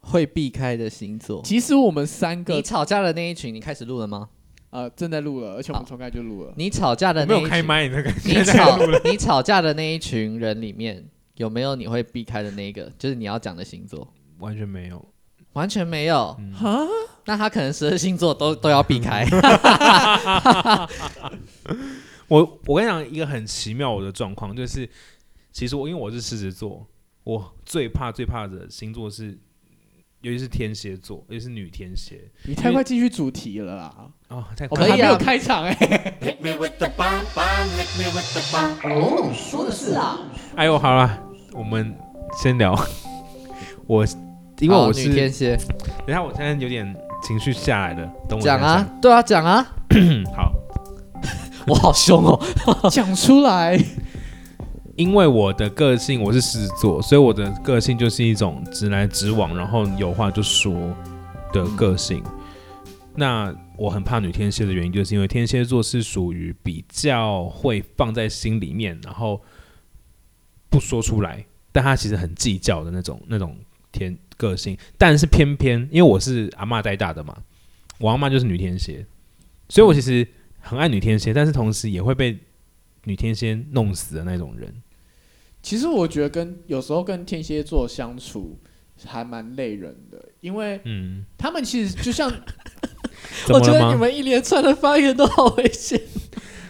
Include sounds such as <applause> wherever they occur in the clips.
会避开的星座。其实我们三你个吵架的那一群，你开始录了吗？呃正在录了，而且我们好从开就录了。你吵架的我那没一有群，开麦，那个你现吵在录了。 <laughs> 你吵架的那一群人里面，有没有你会避开的那一个？就是你要讲的星座， <laughs> 完全没有，完全没有。哈，那他可能十二星座都都要避开。我我跟你讲一个很奇妙我的状况，就是其实我因为我是狮子座，我最怕最怕的星座是，尤其是天蝎座，尤其是女天蝎你太快进去主题了啦，哦，太我可们以啊还没有开场哎、 Hit me with the bomb bomb, hit me with the bomb. 哎呦，好了，我们先聊。我 <laughs> 因为好我女是，天蝎，等一下我现在有点情绪下来了，等我讲想想啊，对啊，讲啊，嗯， <coughs> 好， <laughs> 我好凶哦。 <laughs> 讲出来，因为我的个性我是狮子座，所以我的个性就是一种直来直往，然后有话就说的个性。那我很怕女天蝎的原因，就是因为天蝎座是属于比较会放在心里面，然后不说出来，但他其实很计较的那种那种天个性。但是偏偏因为我是阿嬷带大的嘛，我阿嬷就是女天蝎，所以我其实很爱女天蝎，但是同时也会被女天蝎弄死的那种人。其实我觉得跟有时候跟天蝎座相处还蛮累人的，因为嗯，他们其实就像怎么我觉得了你吗？们一连串的发言都好危 <laughs> 险。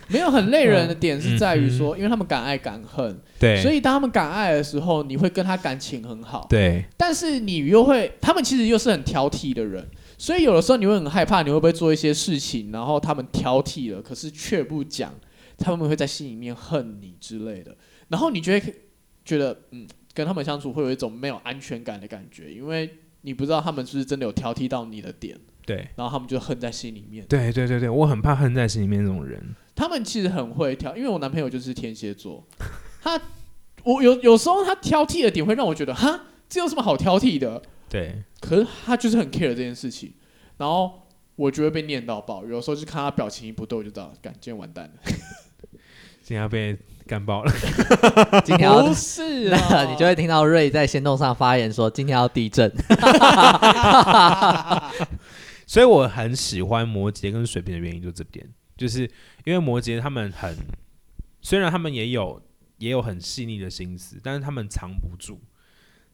没有很累人的点是在于嗯说，因为他们敢爱敢恨，对，所以以当他们敢爱的时候，你会跟他感情很好，对，但是你又会，他们其实又是很挑剔的人，所以有的时候你会很害怕，你会不会做一些事情，然后他们挑剔了，可是却不讲，他们会在心里面恨你之类的，然后你就会觉得，嗯，跟他们相处会有一种没有安全感的感觉，因为你不知道他们是不是真的有挑剔到你的点，对，然后他们就恨在心里面。对，对，对，对，我很怕恨在心里面那种人。他们其实很会挑，因为我男朋友就是天蝎座，他我有有时候他挑剔的点会让我觉得，哈，这有什么好挑剔的？对，可是他就是很 care 这件事情，然后我就会被念到爆。有时候就看他表情一不对，我就知道，感今天完蛋 <laughs> 了。今天要被干爆了。今天要不是那啊， <laughs> 你就会听到瑞在行动上发言说今天要地震， <laughs> 所以我很喜欢摩羯跟水瓶的原因就这点，就是因为摩羯他们很，虽然他们也有也有很细腻的心思，但是他们藏不住，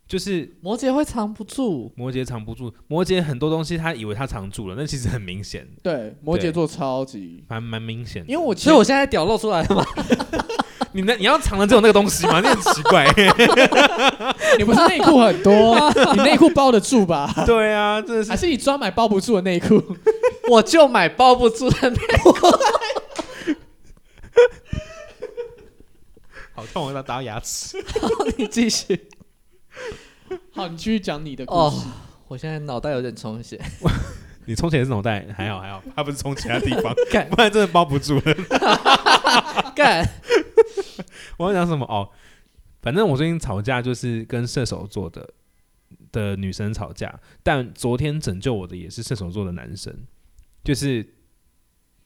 就是摩羯会藏不住。摩羯藏不住，摩羯很多东西他以为他藏住了，那其实很明显，对摩羯对座超级，蛮蛮明显的。因为我所以我现在屌露出来了嘛，你那你要藏的只有那个东西吗？你很奇 <laughs> 怪。你不是内裤很多，你内裤包得住吧？对啊，真的还是是你专买包不住的内裤？ <laughs> <laughs> 我就买包不住的内裤。好痛，我要打牙齿。你继续。好，你继续讲你的故哦事。我现在脑袋有点充血，，你充钱是脑袋还好还好，他不是充其他地方干不然真的包不住了。 <laughs> 干我要讲什么哦？反正我最近吵架就是跟射手座的的女生吵架，但昨天拯救我的也是射手座的男生，就是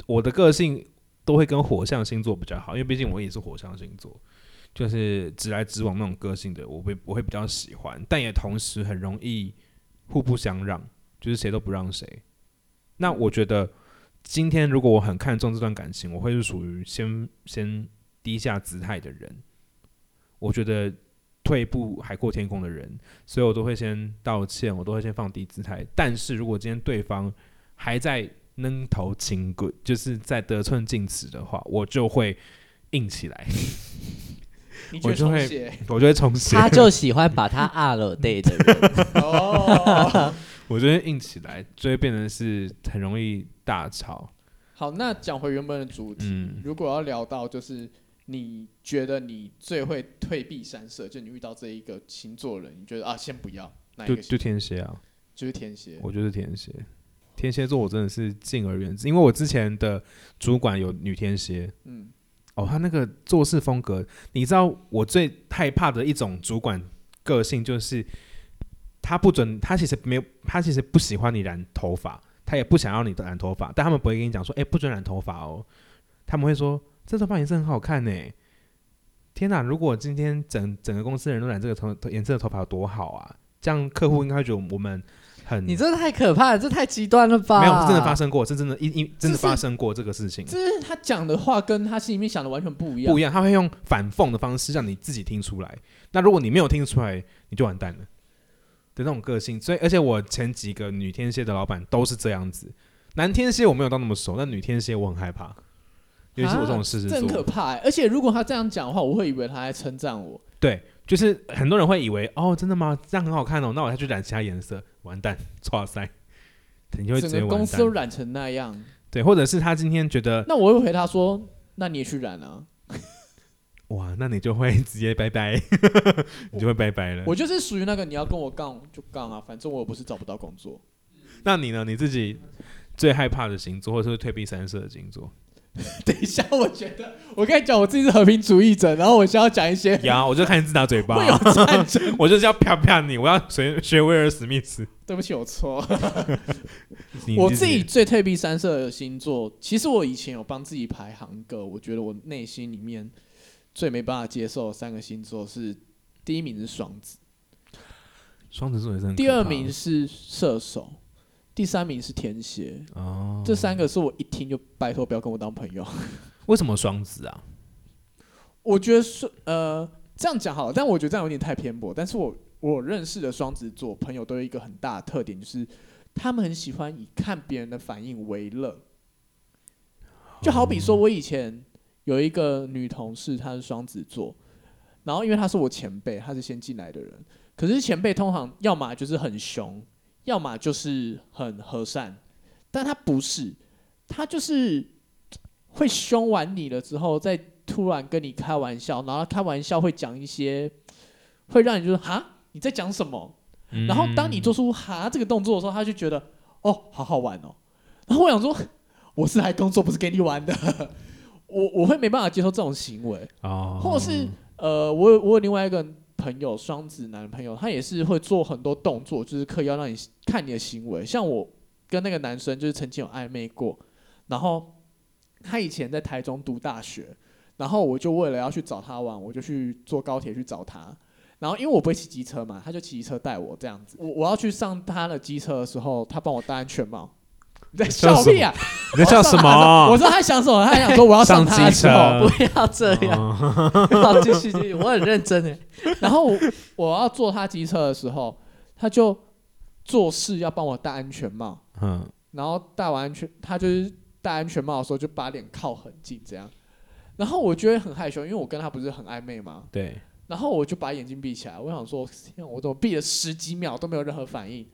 我的个性都会跟火象星座比较好，因为毕竟我也是火象星座，就是直来直往那种个性的，我会我会比较喜欢，但也同时很容易互不相让，就是谁都不让谁。那我觉得今天如果我很看重这段感情，我会是属于先先低下姿态的人。我觉得退一步海阔天空的人，所以我都会先道歉，我都会先放低姿态。但是如果今天对方还在扔头轻滚，就是在得寸进尺的话，我就会硬起来，你觉我得就充会血？我就会重写，他就喜欢把他二了 day 的人， <laughs> 哦，我就会硬起来，就会变成是很容易大吵。好，那讲回原本的主题，嗯如果要聊到就是你觉得你最会退避三舍，就你遇到这一个星座人，你觉得啊，先不要哪一就个星就天蝎啊，就是天蝎，我就是天蝎。天蝎座我真的是敬而远之，因为我之前的主管有女天蝎，嗯，哦，他那个做事风格，你知道我最害怕的一种主管个性就是，他不准，他其实没有，他其实不喜欢你染头发，他也不想要你染头发，但他们不会跟你讲说，哎、不准染头发哦，他们会说这头发颜色很好看呢。天哪！如果今天整整个公司的人都染这个头头颜色的头发有多好啊！这样客户应该会觉得我们很 <laughs> 你这太可怕了，这太极端了吧？没有真的发，生过，这真的，一一真这是的发生过这个事情，这是他讲的话跟他心里面想的完全不一样不一。样，他会用反讽的方式让你自己听出来。那如果你没有听出来，你就完蛋了的那种个性。所以，而且我前几个女天蝎的老板都是这样子，男天蝎我没有到那么熟，但女天蝎我很害怕，尤其是我这种狮子这很可座，怕、欸。而且如果他这样讲的话，我会以为他在称赞我。对，就是很多人会以为哦，真的吗？这样很好看哦，那我再去染其他颜色，完蛋，哇塞，你就会直整接个完公司都蛋。染成那样，对，或者是他今天觉得那我会回他说：“那你也去染啊。哇，那你就会 <laughs> 直接拜拜，你就会拜拜了”。我就是属于那个你要跟我杠就杠啊，反正我又不是找不到工作。 <laughs> 那你呢？你自己最害怕的星座，或者是退避三舍的星座？等一下，我觉得我跟你讲，我自己是和平主义者，然后我现在要讲一些呀，我就看你自打嘴巴会，有战争。 <laughs> 我就是要啪啪你，我要学学威尔史密斯。对不起，我错。你我自己最退避三舍的星座，其实我以前有帮自己排行个，我觉得我内心里面最没办法接受的三个星座是第一名是双子，双子座也是很可怕第二名是射手，第三名是天蝎。哦，这三个是我一听就拜托不要跟我当朋友。为什么双子啊？我觉得是呃这样讲好了，但我觉得这样有点太偏颇。但是我我认识的双子座朋友都有一个很大的特点，就是他们很喜欢以看别人的反应为乐。就好比说，我以前有一个女同事，她是双子座，然后因为她是我前辈，她是先进来的人，可是前辈通常要么就是很凶，要么就是很和善，但她不是，她就是会凶完你了之后，再突然跟你开玩笑，然后她开玩笑会讲一些会让你就是哈你在讲什么，嗯然后当你做出哈这个动作的时候，他就觉得哦，好好玩哦。然后我想说，我是来工作，不是给你玩的。我我会没办法接受这种行为，哦，或者是呃，我有我有另外一个朋友，双子男朋友，他也是会做很多动作，就是刻意要让你看你的行为。像我跟那个男生就是曾经有暧昧过，然后他以前在台中读大学，然后我就为了要去找他玩，我就去坐高铁去找他。然后因为我不会骑机车嘛，他就骑机车带我这样嗯子。我我要去上他的机车的时候，他帮我戴安全帽。 <laughs> 你在笑笑什么屁啊！你在笑什 <laughs> 么我？说他想什么？他想说我要上他的时候上机车不要这样，哦好，继续继续，我很认真欸诶。 <laughs> 然后我我要坐他机车的时候，他就做事要帮我戴安全帽，嗯，然后戴完安全，他就是戴安全帽的时候就把脸靠很近这样，然后我就会很害羞，因为我跟他不是很暧昧嘛，对，然后我就把眼睛闭起来，我想说，天啊，我怎么闭了十几秒都没有任何反应？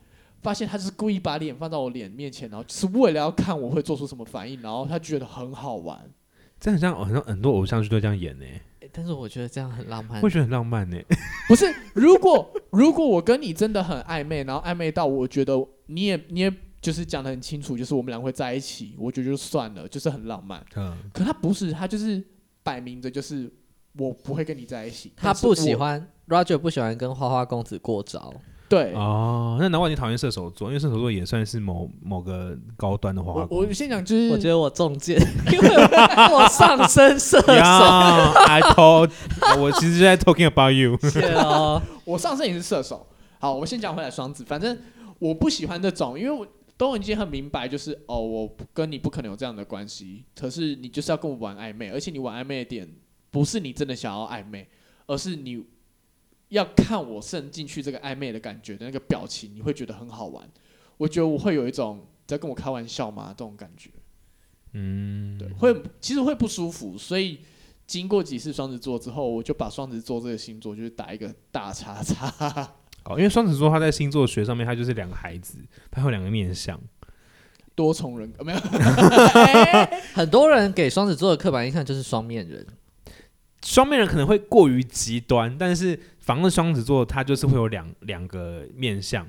发现他就是故意把脸放到我脸面前，然后就是为了要看我会做出什么反应，然后他觉得很好玩。这很像好像很多偶像剧都这样演呢，但是我觉得这样很浪漫会，觉得很浪漫呢。不是，如果如果我跟你真的很暧昧，然后暧昧到我觉得你也你也就是讲的很清楚，就是我们俩会在一起，我觉得就算了，就是很浪漫。嗯，可他不是，他就是摆明着就是我不会跟你在一起，他但是不喜我。欢 Roger 不喜欢跟花花公子过招，对，哦，那难怪你讨厌射手座，因为射手座也算是某某个高端的花花我公我子先讲就是，我觉得我中箭，嗯 <laughs> 因为我上身射手，呀 I told，我 <laughs> 其实就在 talking about you。对 <laughs> 哦，我上身也是射手。好，我先讲回来双子，反正我不喜欢这种，因为我都已经很明白，就是哦，我跟你不可能有这样的关系，可是你就是要跟我玩暧昧，而且你玩暧昧的点不是你真的想要暧昧，而是你要看我渗进去这个暧昧的感觉的那个表情，你会觉得很好玩。我觉得我会有一种你在跟我开玩笑吗这种感觉，嗯，对，会其实会不舒服，所以。经过几次双子座之后，我就把双子座这个星座就是打一个大叉叉。哦，因为双子座他在星座学上面，他就是两个孩子，他有两个面相。多重人格没有，很多人给双子座的刻板印象就是双面人，双面人可能会过于极端，但是反而双子座他就是会有两两个面相，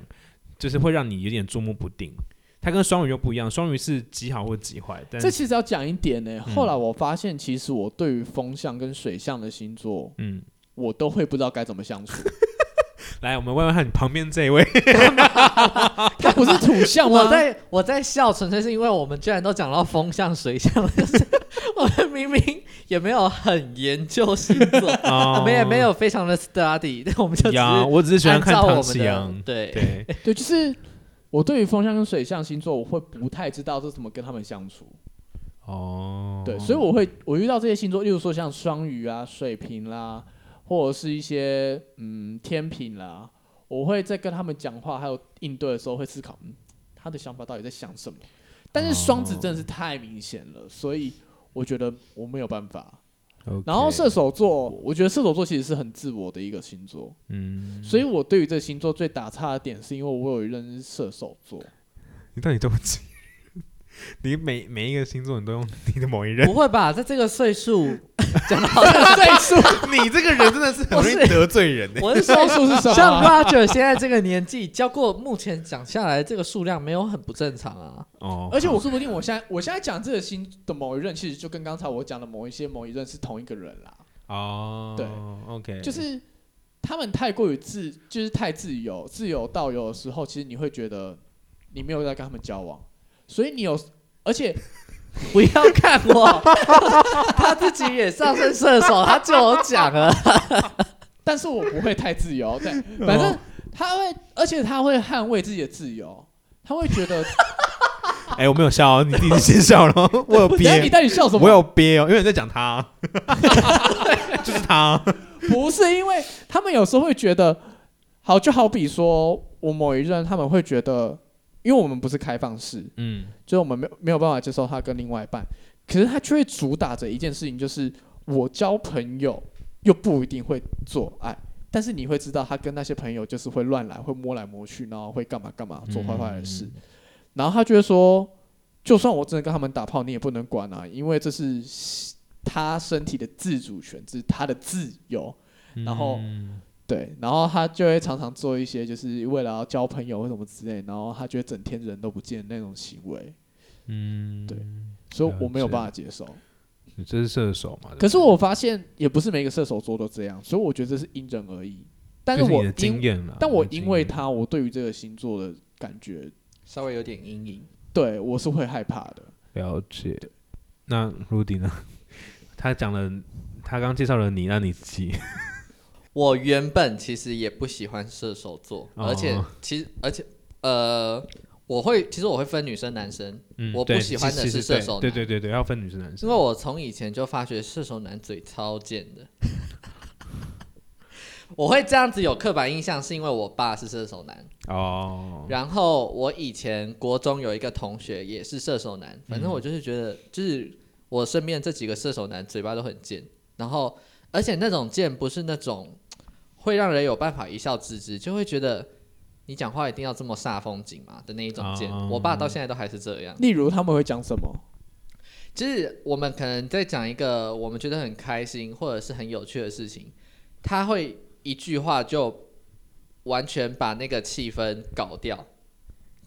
就是会让你有点捉摸不定。他跟双鱼又不一样，双鱼是极好或极坏，但这是其实要讲一点呢、嗯后来我发现，其实我对于风象跟水象的星座，嗯，<laughs> 我都会不知道该怎么相处。来，我们问问看你旁边这一位，它不是土象吗？ <laughs> 我在我在笑，纯粹是因为我们居然都讲到风象、水象了，就是 <laughs> 我们明明也没有很研究星座， <laughs> 哦我们也没有非常的 study，但我们就只是呀，按我只是喜欢看照我唐启们的阳。对 <laughs> 对，对，就是我对于风象跟水象星座，我会不太知道是怎么跟他们相处。哦，对，所以我会我遇到这些星座，例如说像双鱼啊、水瓶啦，或者是一些嗯天平啦，我会在跟他们讲话还有应对的时候，会思考、嗯、他的想法到底在想什么。但是双子真的是太明显了，所以我觉得我没有办法。哦 OK 然后射手座，我觉得射手座其实是很自我的一个星座，嗯，所以我对于这个星座最打岔的点，是因为我有一任是射手座。你到底多几？ <laughs> 你每每一个星座你都用 <laughs> 你的某一任，不会吧？在这个岁 <laughs> 数讲到岁数，你这个人真的是很容易不是得罪人欸呢。我 <laughs> 是啊岁说，数啊是什像么？ Roger 现在这个年纪，交过目前讲下来这个数量没有很不正常啊。哦，而且我说不定我现在我现在讲这个星的某一任，其实就跟刚才我讲的某一些某一任是同一个人啦。哦，对，OK，就是他们太过于自，就是太自由，自由到有的时候，其实你会觉得你没有在跟他们交往，所以你有，而且不要看我， <laughs> 他自己也上升射手，他就有讲了。但是我不会太自由， <laughs> 对，反哦正他会，而且他会捍卫自己的自由，他会觉 <laughs> 得，哎、我没 <laughs> 有笑、哦，你自己先笑了，我有等一下你憋，到底笑什么？我有憋哦，因为你在 <laughs> 讲他，就是他，不是因为他们有时候会觉得，好，就好比说我某一任，他们会觉得，因为我们不是开放式，嗯，就是我们没有没有办法接受他跟另外一半，可是他却会主打着一件事情，就是我交朋友又不一定会做爱，但是你会知道他跟那些朋友就是会乱来，会摸来摸去，然后会干嘛干嘛，做坏坏的事，然后他就会说，就算我真的跟他们打炮，你也不能管啊，因为这是他身体的自主权，这是他的自由。 <laughs> 然后嗯对，然后他就会常常做一些就是为了要交朋友或什么之类，然后他觉得整天人都不见那种行为，嗯，对所以了我没有解办法接受。你这是射手嘛？对不对可是我发现也不是每个射手座都这样，所以我觉得这是因人而异。但就是我你的经因，验了，但我你的因经为验，他，我对于这个星座的感觉，稍微有点阴影。对我是会害怕的。了解。那 Rudy 呢？ <laughs> 他讲了，他刚介绍了你，那你自己，我原本其实也不喜欢射手座，哦而且其实而且呃，我会其实我会分女生男生，嗯，我不对喜欢的其实是射手男对对对对，要分女生男因生。为我从以前就发觉射手男嘴超贱的。我会这样子有刻板印象，是因为我爸是射手男，哦，然后我以前国中有一个同学也是射手男，嗯反正我就是觉得，就是我身边这几个射手男嘴巴都很贱，然后而且那种贱不是那种会让人有办法一笑置之，就会觉得你讲话一定要这么煞风景嘛的那一种贱。哦我爸到现在都还是这样。例如他们会讲什么？就是我们可能在讲一个我们觉得很开心或者是很有趣的事情，他会一句话就完全把那个气氛搞掉，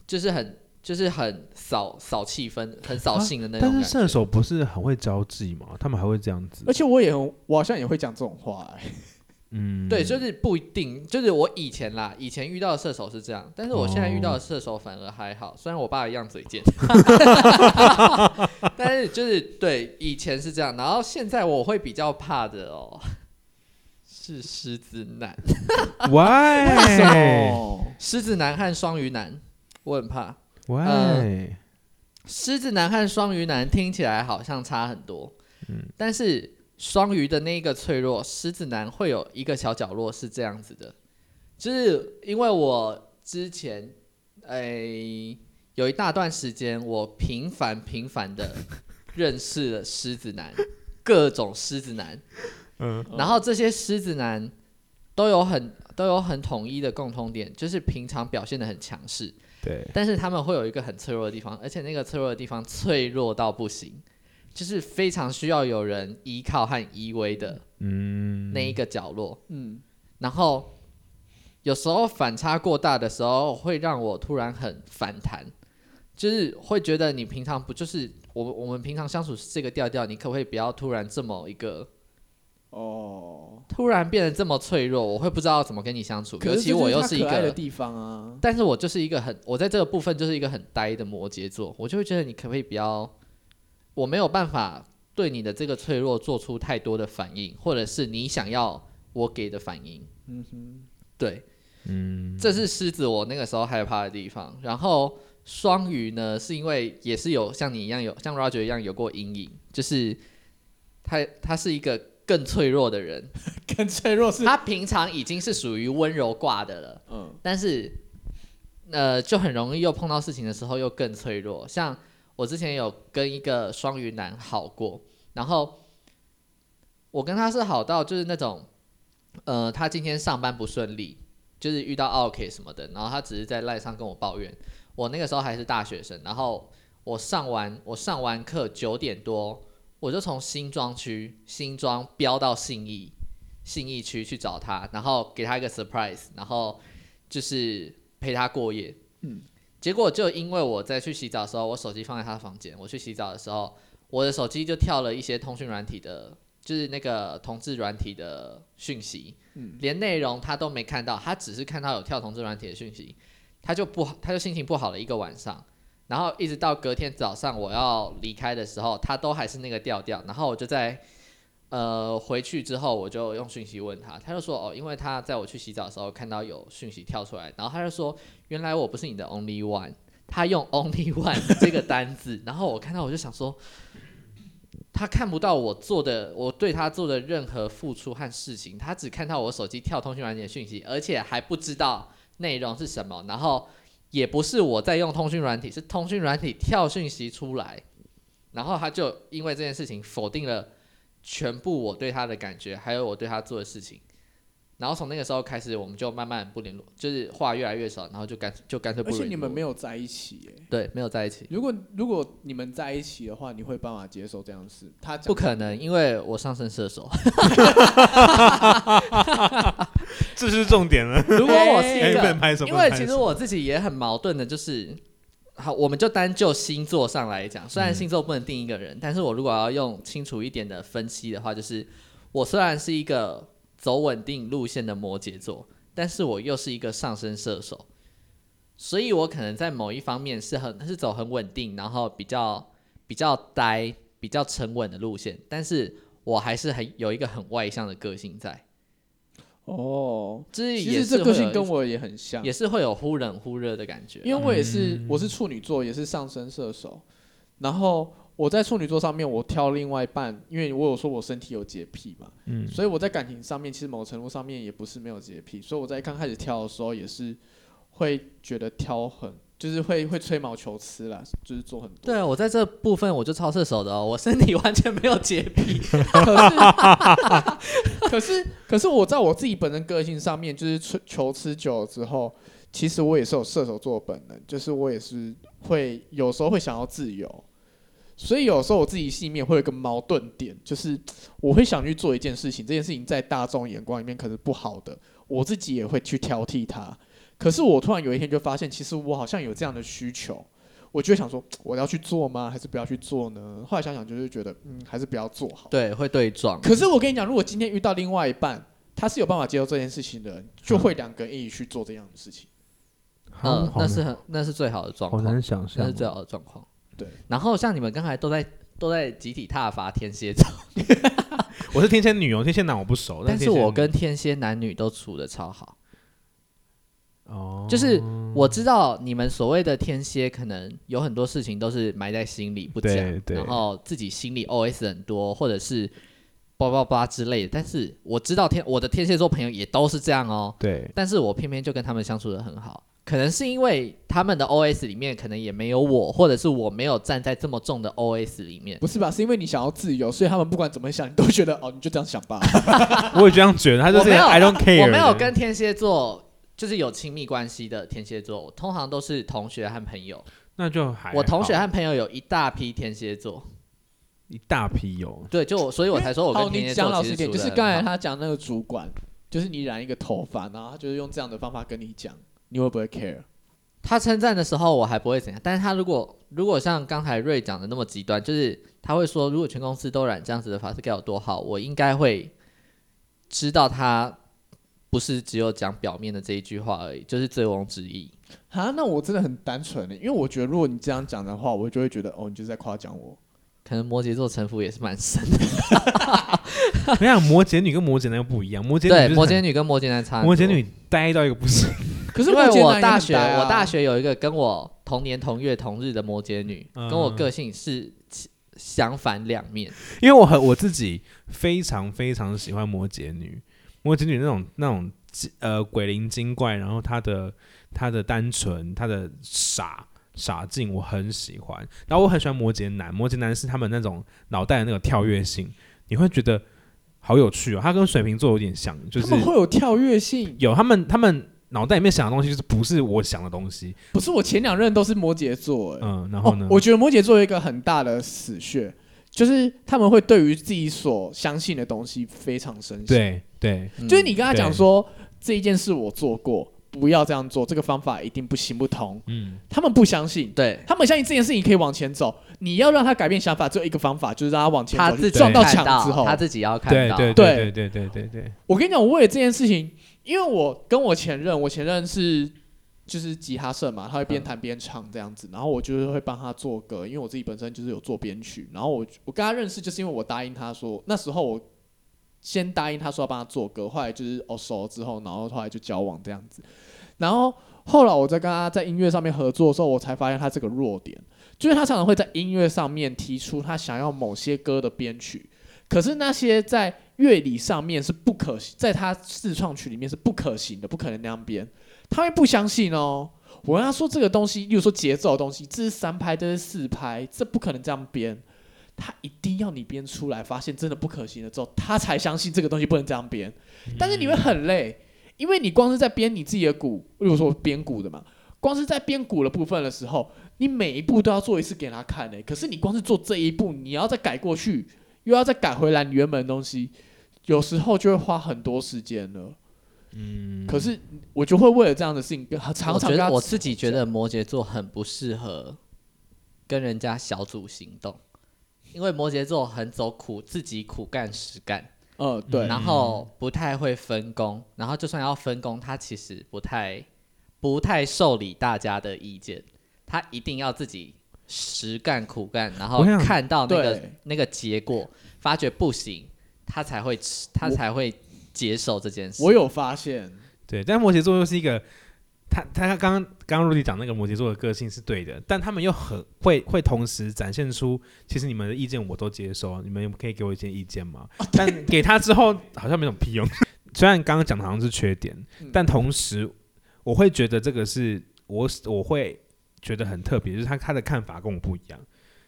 就是很就是很扫扫气氛、很扫兴的那种啊但感是觉。射手不是很会交际嘛？他们还会这样子而，且我也很，我好像也会讲这种话、欸。嗯，对，就是不一定，就是我以前啦，以前遇到的射手是这样，但是我现在遇到的射手反而还好，虽然我爸一样嘴贱，但是就是对以前是这样，然后现在我会比较怕的哦，是狮子男，嗯 Why？哦，狮子男和双鱼男，我很怕。 Why？狮子男和双鱼男听起来好像差很多，但是双鱼的那一个脆弱，狮子男会有一个小角落是这样子的，就是因为我之前，诶、有一大段时间我频繁频繁的认识了狮子男，各种狮子男，嗯，然后这些狮子男都有很都有很统一的共通点，就是平常表现的很强势，对，但是他们会有一个很脆弱的地方，而且那个脆弱的地方脆弱到不行，就是非常需要有人依靠和依偎的嗯，那一个角落。嗯，然后有时候反差过大的时候，会让我突然很反弹，就是会觉得你平常不就是我我们平常相处是这个调调，你可不可以不要突然这么一个哦，突然变得这么脆弱，我会不知道怎么跟你相处。尤可是其这就我又它是一可爱的个，地方啊，但是我就是一个很，我在这个部分就是一个很呆的摩羯座，我就会觉得你可不可以不要，我没有办法对你的这个脆弱做出太多的反应，或者是你想要我给的反应。嗯 <laughs> 哼，对，嗯，这是狮子我那个时候害怕的地方。然后双鱼呢，是因为也是有像你一样有像 Roger 一样有过阴影，就是他他是一个更脆弱的人，更脆弱是，他平常已经是属于温柔挂的了，嗯，但是呃，就很容易又碰到事情的时候又更脆弱。像我之前有跟一个双鱼男好过，然后我跟他是好到就是那种，呃，他今天上班不顺利，就是遇到 OK 什么的，然后他只是在赖上跟我抱怨。我那个时候还是大学生，然后我上完我上完课九点多，我就从新庄区新庄飙到信义。信义区去找他，然后给他一个 surprise，然后就是陪他过夜。嗯结果就因为我在去洗澡的时候，我手机放在他房间，我去洗澡的时候，我的手机就跳了一些通讯软体的，就是那个同志软体的讯息，嗯连内容他都没看到，他只是看到有跳同志软体的讯息，他就不好，他就心情不好了一个晚上。然后一直到隔天早上我要离开的时候，他都还是那个调调。然后我就在呃，回去之后我就用讯息问他，他就说哦，因为他在我去洗澡的时候看到有讯息跳出来，然后他就说原来我不是你的 only one，他用 only <laughs> one 这个单字， <laughs> 然后我看到我就想说，他看不到我做的，我对他做的任何付出和事情，他只看到我手机跳通讯软件的讯息，而且还不知道内容是什么，然后也不是我在用通讯软体，是通讯软体跳讯息出来，然后他就因为这件事情否定了。全部我对他的感觉，还有我对他做的事情。然后从那个时候开始，我们就慢慢不联络，就是话越来越少，然后就干就干脆不而联络。且你们没有在一起耶、对没有在一起，如果如果你们在一起的话，你会办法接受这样的事？他讲不可能，因为我上升射手。这是重 <laughs> 点了。如果我是一哎，不能个，拍手，啊因不能为拍其实手我自己也很矛盾的，就是好，我们就单就星座上来讲，虽嗯然星座不能定一个人，但是我如果要用清楚一点的分析的话，就是我虽然是一个走稳定路线的摩羯座，但是我又是一个上升射手，所以我可能在某一方面是很是走很稳定，然后比较比较呆、比较沉稳的路线，但是我还是很有一个很外向的个性在，哦，就是其也实是会这个有性一跟我也很像，也是会有忽冷忽热的感觉，因为我也是、嗯我是处女座，也是上升射手，然后我在处女座上面，我挑另外一半，因为我有说我身体有洁癖嘛，嗯所以我在感情上面其实某程度上面也不是没有洁癖，所以我在刚开始挑的时候也是会觉得挑很，就是会会吹毛求疵啦，就是做很多。对啊，我在这部分我就超射手的哦，我身体完全没有洁癖。可是，可是我在我自己本身个性上面，就是求求吃久了之后，其实我也是有射手座的本能，就是我也是会有时候会想要自由，所以有时候我自己心里面会有一个矛盾点，就是我会想去做一件事情，这件事情在大众眼光里面可是不好的，我自己也会去挑剔它。可是我突然有一天就发现，其实我好像有这样的需求。我就会想说，我要去做吗？还是不要去做呢？后来想想，就是觉得，嗯，还是不要做好。对，会对撞。可是我跟你讲，如果今天遇到另外一半，他是有办法接受这件事情的人，就会两个人一起去做这样的事情。好嗯，好那难是很那是最好的状好况，难想那象是哦，最好的状况。对。然后像你们刚才都在都在集体踏伐天蝎座，我是天蝎女哦，天蝎男我不熟，但是天蝎我女跟天蝎男女都处的超好。哦，就是我知道你们所谓的天蝎，可能有很多事情都是埋在心里不讲对，对然后自己心里 OS 很多，或者是叭叭叭之类的。但是我知道天我的天蝎座朋友也都是这样哦，对，但是我偏偏就跟他们相处的很好，可能是因为他们的 OS 里面可能也没有我，或者是我没有站在这么重的 OS 里面。 <laughs> 不是吧？是因为你想要自由，所以他们不管怎么想，你都觉得哦，你就这样想 <laughs> 吧。我也这样觉得，他 <laughs> 就我是没有 I don't care，我没有的跟天蝎座就是有亲密关系的天蝎座，我通常都是同学和朋友。那就还我同学哎好和朋友有一大批天蝎座，一大批有，对，就我，所以我才说我好，跟天你蝎讲座老其实一实点，处得就是很刚才好他讲那个主管，就是你染一个头发，然后他就是用这样的方法跟你讲，你会不会 care？他称赞的时候我还不会怎样，但是他如果如果像刚才瑞讲的那么极端，就是他会说，如果全公司都染这样子的发色该有多好，我应该会知道他不是只有讲表面的这一句话而已，就是醉翁之意。啊，那我真的很单纯的，因为我觉得如果你这样讲的话，我就会觉得哦，你就是在夸奖我。可能摩羯座城府也是蛮深的，没有摩羯女跟摩羯男又不一样，摩羯对，女摩羯女女跟摩羯男差很多。摩羯女呆到一个不行，可是因为摩羯男我也大很学，呆啊我大学有一个跟我同年同月同日的摩羯女，嗯跟我个性是相反两面。因为我很我自己非常非常喜欢摩羯女，摩羯女那种那种呃鬼灵精怪，然后她的她的单纯，她的傻傻劲，我很喜欢。然后我很喜欢摩羯男，摩羯男是他们那种脑袋的那个跳跃性，你会觉得好有趣哦。他跟水瓶座有点像，就是 <laughs> 他们会有跳跃性，有他们他们脑袋里面想的东西，就是不是我想的东西。不是我前两任都是摩羯座、欸，嗯，然后呢哦？我觉得摩羯座有一个很大的死穴，就是他们会对于自己所相信的东西非常深信。，对对，就是你跟他讲对说这一件事我做过，不要这样做，这个方法一定不行不通，嗯，他们不相信。对他们相信这件事情可以往前走，你要让他改变想法，只有一个方法，就是让他往前他走，自去己撞到看墙之后，他自己要看对到。对对对对对对我跟你讲，我为了这件事情，因为我跟我前任，我前任是就是吉他社嘛，他会边弹边唱这样子，然后我就是会帮他做歌，因为我自己本身就是有做编曲，然后我我跟他认识就是因为我答应他说，那时候我先答应他说要帮他做歌，后来就是哦熟了之后，然后后来就交往这样子，然后后来我在跟他在音乐上面合作的时候，我才发现他这个弱点，就是他常常会在音乐上面提出他想要某些歌的编曲，可是那些在乐理上面是不可行，在他自创曲里面是不可行的，不可能那样编，他会不相信哦。我跟他说这个东西，例如说节奏的东西，这是三拍，这是四拍，这不可能这样编。他一定要你编出来，发现真的不可行了之后，他才相信这个东西不能这样编。嗯但是你会很累，因为你光是在编你自己的鼓，例如说我编鼓的嘛，光是在编鼓的部分的时候，你每一步都要做一次给他看的、欸可是你光是做这一步，你要再改过去，又要再改回来你原本的东西，有时候就会花很多时间了。嗯，可是我就会为了这样的事情跟他常我常觉跟他得我自己觉得摩羯座很不适合跟人家小组行动，因为摩羯座很走苦，自己苦干实干，呃对，嗯然后不太会分工，然后就算要分工，他其实不太不太受理大家的意见，他一定要自己实干苦干，然后我想看到那个对那个结果，发觉不行，他才会吃，他我才会接受这件事。我有发现，对，但摩羯座又是一个，他他他刚刚刚刚陆地讲那个摩羯座的个性是对的，但他们又很会会同时展现出，其实你们的意见我都接收，你们可以给我一些意见吗？ <laughs> 但给他之后好像没什么屁用。 <laughs> 虽然刚刚讲的好像是缺点，嗯但同时我会觉得这个是我我会觉得很特别，就是他他的看法跟我不一样，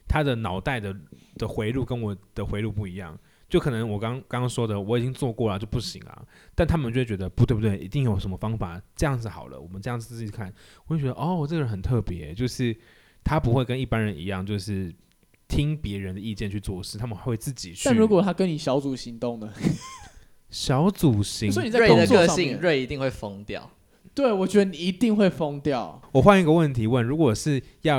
他的脑袋的的回路跟我的回路不一样。就可能我刚刚刚说的，我已经做过了就不行啊，但他们就会觉得不对不对，一定有什么方法，这样子好了，我们这样子自己看，我就觉得哦，我这个人很特别，就是他不会跟一般人一样，就是听别人的意见去做事，他们会自己去。但如果他跟你小组行动呢？小组型，所以你在瑞工的作个上性，面，瑞一定会疯掉。对我觉得你一定会疯掉。我换一个问题问，如果是要，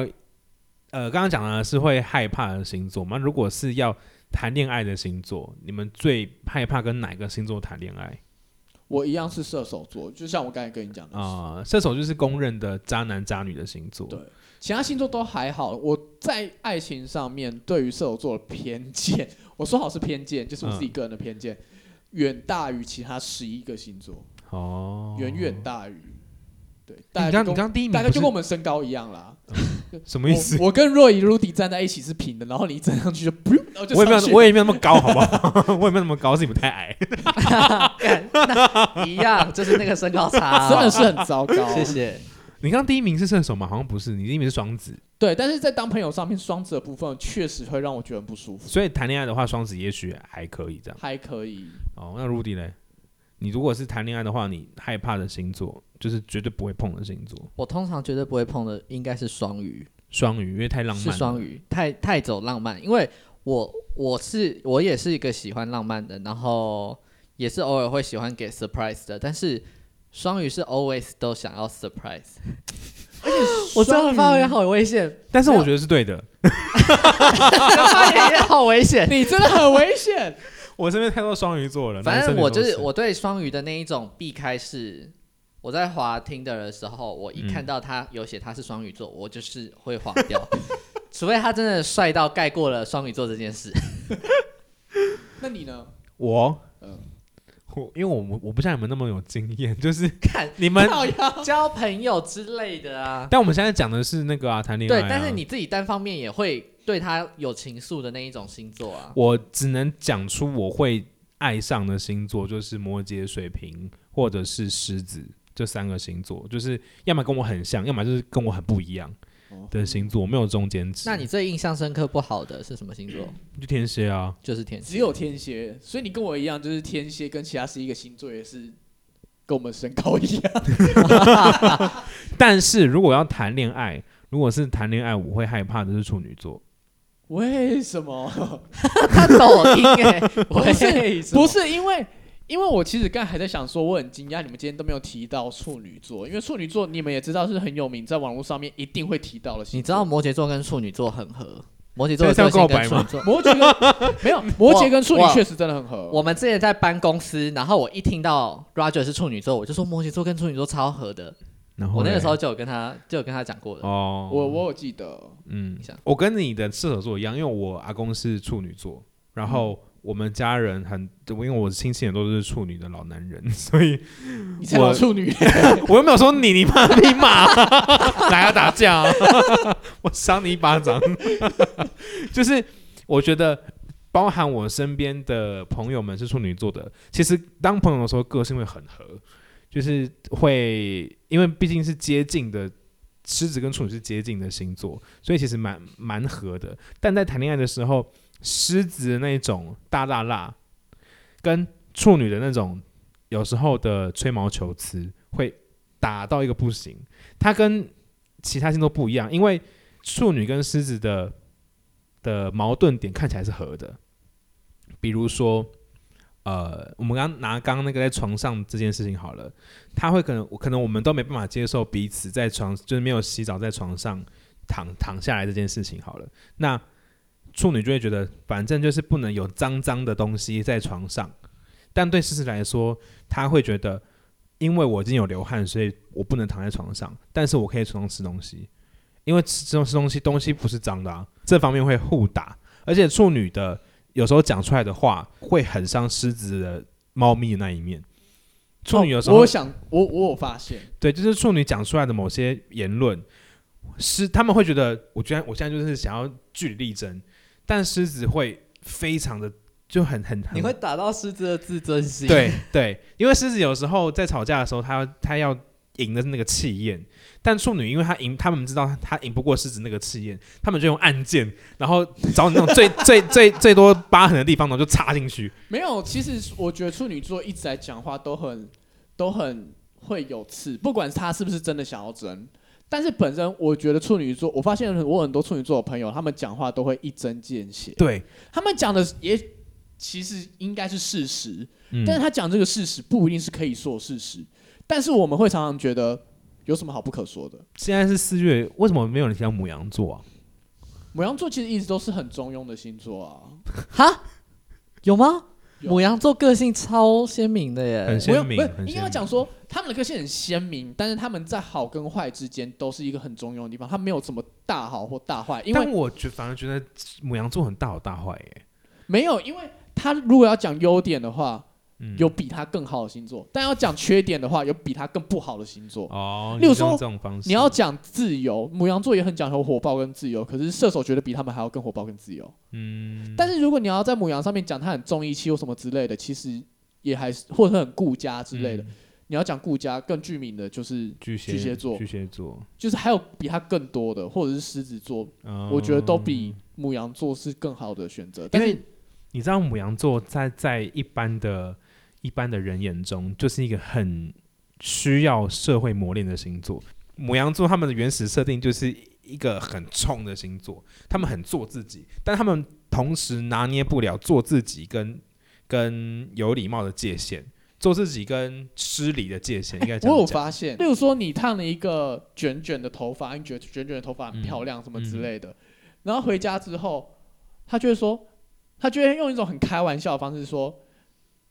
呃，刚刚讲的是会害怕的星座吗？如果是要谈恋爱的星座，你们最害怕跟哪个星座谈恋爱 <laughs> 我一样是射手座，就像我刚才跟你讲的，啊、射手就是公认的渣男渣女的星座，对其他星座都还好。我在爱情上面对于射手座的偏见， <laughs> 我说好是偏见，就是我自己个人的偏见，远大于其他十一个星座，哦，远远大于。对，你大概刚就你跟刚第一名大概就跟不是我们身高一样啦。什么意思？我我跟若仪、r u d 站在一起是平的，然后你一站上去就， <laughs> 然后就我也没上去有，我也没有那么高，好不好？ <laughs> 我也没有那么高，是你们太矮。干那一样，就是那个身高差啊、真的是很糟糕。谢谢。你刚刚第一名是射手吗？好像不是，你第一名是双子，对，但是在当朋友上面，双子的部分确实会让我觉得很不舒服。所以谈恋爱的话，双子也许还可以这样。还可 <gasps> 以，哦，那 Rudy 嘞？你如果是谈恋爱的话，你害怕的星座就是绝对不会碰的星座，我通常绝对不会碰的应该是双鱼，双鱼，因为太浪漫是了。双鱼，太太走浪漫。因为我我是我也是一个喜欢浪漫的，然后也是偶尔会喜欢给 surprise 的，但是双鱼是 always 都想要 surprise。我这样的发言好危 <laughs> 险，但是我觉得是对的。这样发言也好危险。你真的很危险。我身边太多双鱼座了，反男生正我女就都是我对双鱼的那一种避开是，我在滑 Tinder 的时候，我一看到他有写他是双鱼座，我就是会划掉， <laughs> 除非他真的帅到盖过了双鱼座这件事。那你呢？ <laughs> 我嗯，我因为我我不像你们那么有经验，就是看你们，靠呀，交朋友之类的 <laughs> 啊，但我们现在讲的是那个啊，谈恋爱、对啊。，但是你自己单方面也会对他有情愫的那一种星座啊。我只能讲出我会爱上的星座，就是摩羯、水瓶或者是狮子这三个星座，就是要么跟我很像，要么就是跟我很不一样的星座，没有中间值。那你最印象深刻不好的是什么星座？就天蝎啊，就是天蝎。只有天蝎，所以你跟我一样，就是天蝎跟其他十一个星座也是跟我们身高一样。但是如果要谈恋爱，如果是谈恋爱，我会害怕的是处女座。为什么？ <laughs> 他抖音哎，不喂，不是因为，因为我其实刚才还在想说，我很惊讶你们今天都没有提到处女座，因为处女座你们也知道是很有名，在网络上面一定会提到的星座。你知道摩羯座跟处女座很合，摩羯座的所以个是性要告白跟处女吗座。摩羯跟 <laughs> 没有摩羯跟处女我确实真的很合。我们之前在搬公司，然后我一听到 Roger 是处女座，我就说摩羯座跟处女座超合的。然后我那个嘞时候就有跟他就有跟他讲过的，哦，我我有记得，嗯一下，我跟你的射手座一样，因为我阿公是处女座，然后我们家人很，因为我亲戚也都是处女的老男人，所以你才我老处女，我又没有说你，你妈你妈， <laughs> 哪要打架、啊？ <laughs> 我赏你一巴掌。 <laughs> 就是我觉得，包含我身边的朋友们是处女座的，其实当朋友的时候，个性会很合，就是会因为毕竟是接近的。狮子跟处女是接近的星座，所以其实蛮蛮合的。但在谈恋爱的时候，狮子的那种大辣辣，跟处女的那种有时候的吹毛求疵会打到一个不行。它跟其他星座不一样，因为处女跟狮子的的矛盾点看起来是合的。比如说，呃，我们刚刚拿刚刚那个在床上这件事情好了，他会可能可能我们都没办法接受彼此在床就是没有洗澡在床上躺躺下来这件事情好了，那。处女就会觉得，反正就是不能有脏脏的东西在床上，但对狮子来说，他会觉得，因为我已经有流汗，所以我不能躺在床上，但是我可以床上吃东西，因为吃吃东吃东西东西不是脏的啊，这方面会互打，而且处女的有时候讲出来的话会很伤狮子的猫咪的那一面。 <laughs> 处女有时哦候、我有想我我有发现，对，就是处女讲出来的某些言论，是他们会觉得，我居然我现在就是想要据理力争，但狮子会非常的就很很很你会打到狮子的自尊心。，对对，因为狮子有时候在吵架的时候，他他要赢的是那个气焰，但处女因为他赢，他们知道他赢不过狮子那个气焰，他们就用暗箭，然后找你那种最最最最多疤痕的地方，然后就插进去。没有。其实我觉得处女座一直在讲话都很都很会有刺，不管他是不是真的想要争。但是本身我觉得处女座，我发现我很多处女座的朋友，他们讲话都会一针见血，对，他们讲的也其实应该是事实，嗯但是他讲这个事实不一定是可以说事实。但是我们会常常觉得有什么好不可说的？现在是四月，为什么没有人提到母羊座啊？母羊座其实一直都是很中庸的星座啊。哈，有吗？有母羊座个性超鲜明的耶很，没有，鲜明不是很应鲜该要明讲说他们的个性很鲜明，但是他们在好跟坏之间都是一个很中庸的地方，他没有什么大好或大坏，因但为我觉反而觉得母羊座很大好大坏耶。没有，因为他如果要讲优点的话，嗯有比他更好的星座；但要讲缺点的话，有比他更不好的星座。哦，例如你是用说这种方式，你要讲自由，母羊座也很讲求火爆跟自由，可是射手觉得比他们还要更火爆跟自由。嗯，但是如果你要在母羊上面讲他很重义气或什么之类的，其实也还是或者很顾家之类的。嗯你要讲顾家更具名的就是巨蟹巨蟹座巨蟹座，就是还有比他更多的，或者是狮子座，嗯我觉得都比母羊座是更好的选择。因但为是你知道母羊座在在一般的一般的人眼中，就是一个很需要社会磨练的星座。母羊座他们的原始设定就是一个很冲的星座，他们很做自己，但他们同时拿捏不了做自己跟跟有礼貌的界限，做自己跟失礼的界限。应该这我样有讲。发现，例如说你烫了一个卷卷的头发，你觉得嗯卷卷的头发很漂亮，什么之类的，然后回家之后，他就会说。他就会用一种很开玩笑的方式说：“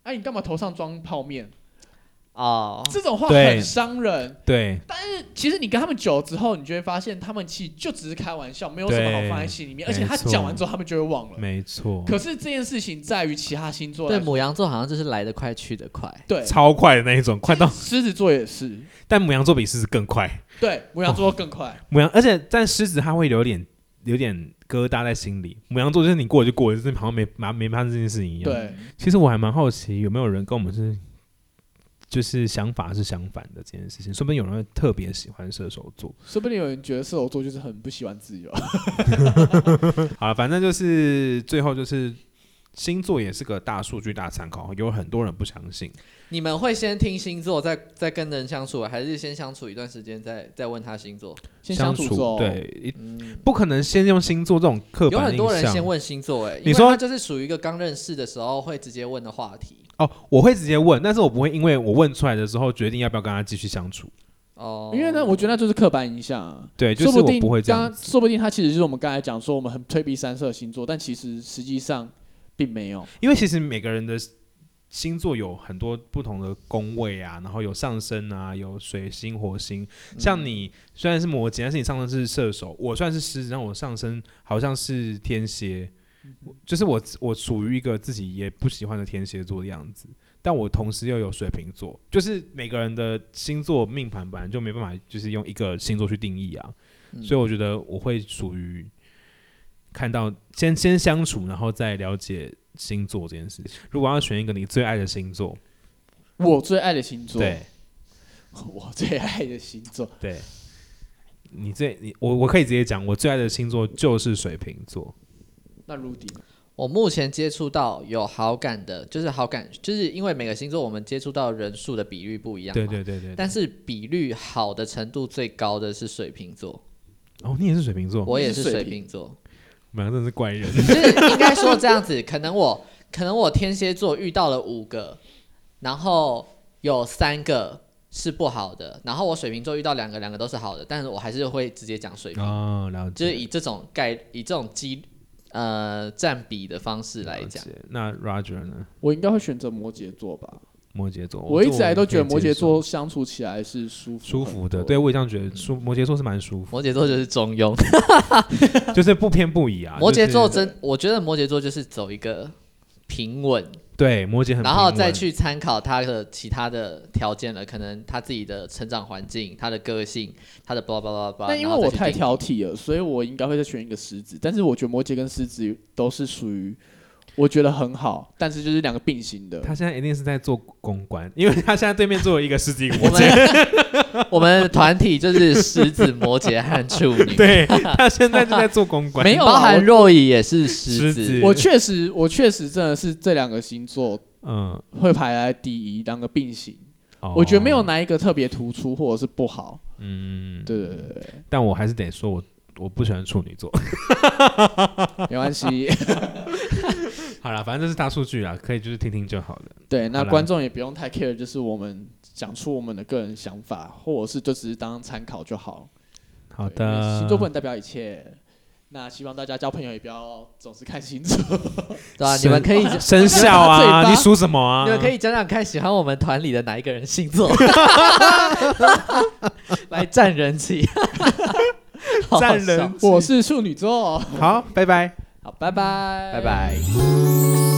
哎，你干嘛头上装泡面哦？”，这种话对很伤人。对其实你跟他们久了之后，你就会发现他们其实就只是开玩笑，没有什对么好放在心里面。而且他没错讲完之后，他们就会忘了。没错，可是这件事情在于其他星座来对，说，母羊座好像就是来得快去得快，对，超快的那一种，<laughs> 快到，狮子座也是，但母羊座比狮子更快。对，母羊座更快。母羊，而且但狮子它会有点有点疙瘩在心里。母羊座就是你过了就过了，就是好像没没没发生这件事情一样。，对，其实我还蛮好奇有没有人跟我们是就是想法是相反的这件事情，说不定有人会特别喜欢射手座。 <laughs> 说不定有人觉得射手座就是很不喜欢自 <laughs> 由。好了，反正就是最后就是星座也是个大数据大参考，有很多人不相信。你们会先听星座，再再跟人相处，还是先相处一段时间再再问他星座？先相处之后，对，一嗯，不可能先用星座这种刻有板很印象。多人先问星座、哎，因你为说他就是属于一个刚认识的时候会直接问的话题。哦，我会直接问，但是我不会因为我问出来的时候决定要不要跟他继续相处。哦，因为呢，我觉得那就是刻板印象啊。对，就说是定我不会这刚样刚，。说不定他其实就是我们刚才讲说我们很推避三色星座，但其实实际上并没有。因为其实每个人的星座有很多不同的宫位啊，然后有上升啊，有水星、火星。像你虽然是摩羯，但是你上升是射手，我算是狮子，但我上升好像是天蝎，就是我我属于一个自己也不喜欢的天蝎座的样子。但我同时又有水瓶座，就是每个人的星座命盘本来就没办法，就是用一个星座去定义啊。嗯所以我觉得我会属于看到先先相处，然后再了解星座这件事情。如果要选一个你最爱的星座，我最爱的星座，嗯对 <laughs> 我最爱的星座，对，你最你我我可以直接讲，我最爱的星座就是水瓶座。那 Rudy 呢我目前接触到有好感的，就是好感，就是因为每个星座我们接触到人数的比率不一样，对。对对对，但是比率好的程度最高的是水瓶座，哦，你也是水瓶座，我我也是是水水瓶瓶座，们俩真的是怪人。就是应该说这样子，可能我 <laughs> 可能我天蝎座遇到了五个，然后有三个是不好的，然后我水瓶座遇到两个，两个都是好的，但是我还是会直接讲水瓶，哦，了就是解。以这种概以这种基呃占比的方式来了讲，解那 Roger 呢？我应该会选择摩羯座吧。摩羯座，我一直以来都觉得这我摩可以羯接受座相处起来是舒服舒服的，很多对，我也这样觉得。舒摩羯座是蛮舒服，摩羯座就是中庸。 <laughs> 就是不偏不倚啊。摩羯座就是真，我觉得摩羯座就是走一个平稳，对摩羯很，然后再。去参考他的其他的条件了，可能他自己的成长环境、他的个性、他的巴拉巴拉巴拉。但因为然后再我去太定挑剔了，所以我应该会再选一个狮子。但是我觉得摩羯跟狮子都是属于我觉得很好，但是就是两个并行的。他现在一定是在做公关，因为他现在对面坐了一个十 <laughs> 几个摩我羯，们 <laughs> 我们团体就是狮子、摩羯和处女， <laughs> 对他现在就在做公关。没有啊包含若雨也是狮狮子子，我确实，我确实真的是这两个星座嗯，会排在第一，两个并行。哦我觉得没有，哪一个特别突出或者是不好。嗯，对对对对 <laughs> 对，但我还是得说我我不喜欢处女座。没关系。好了，反正这是大数据啦，可以就是听听就好了。对，那好啦观众也不用太 care，就是我们讲出我们的个人想法，或者是就只是当参考就好。好对因为的，星座不能代表一切。那希望大家交朋友也不要总是看星座。对啊，你生们可以。 <laughs> 生肖嘴巴啊，你属什么啊？你们可以讲讲看，喜欢我们团里的哪一个人星座， <laughs> 来占人气， <laughs> 好好占人笑我是处女座，好，拜拜。好，拜拜，拜拜。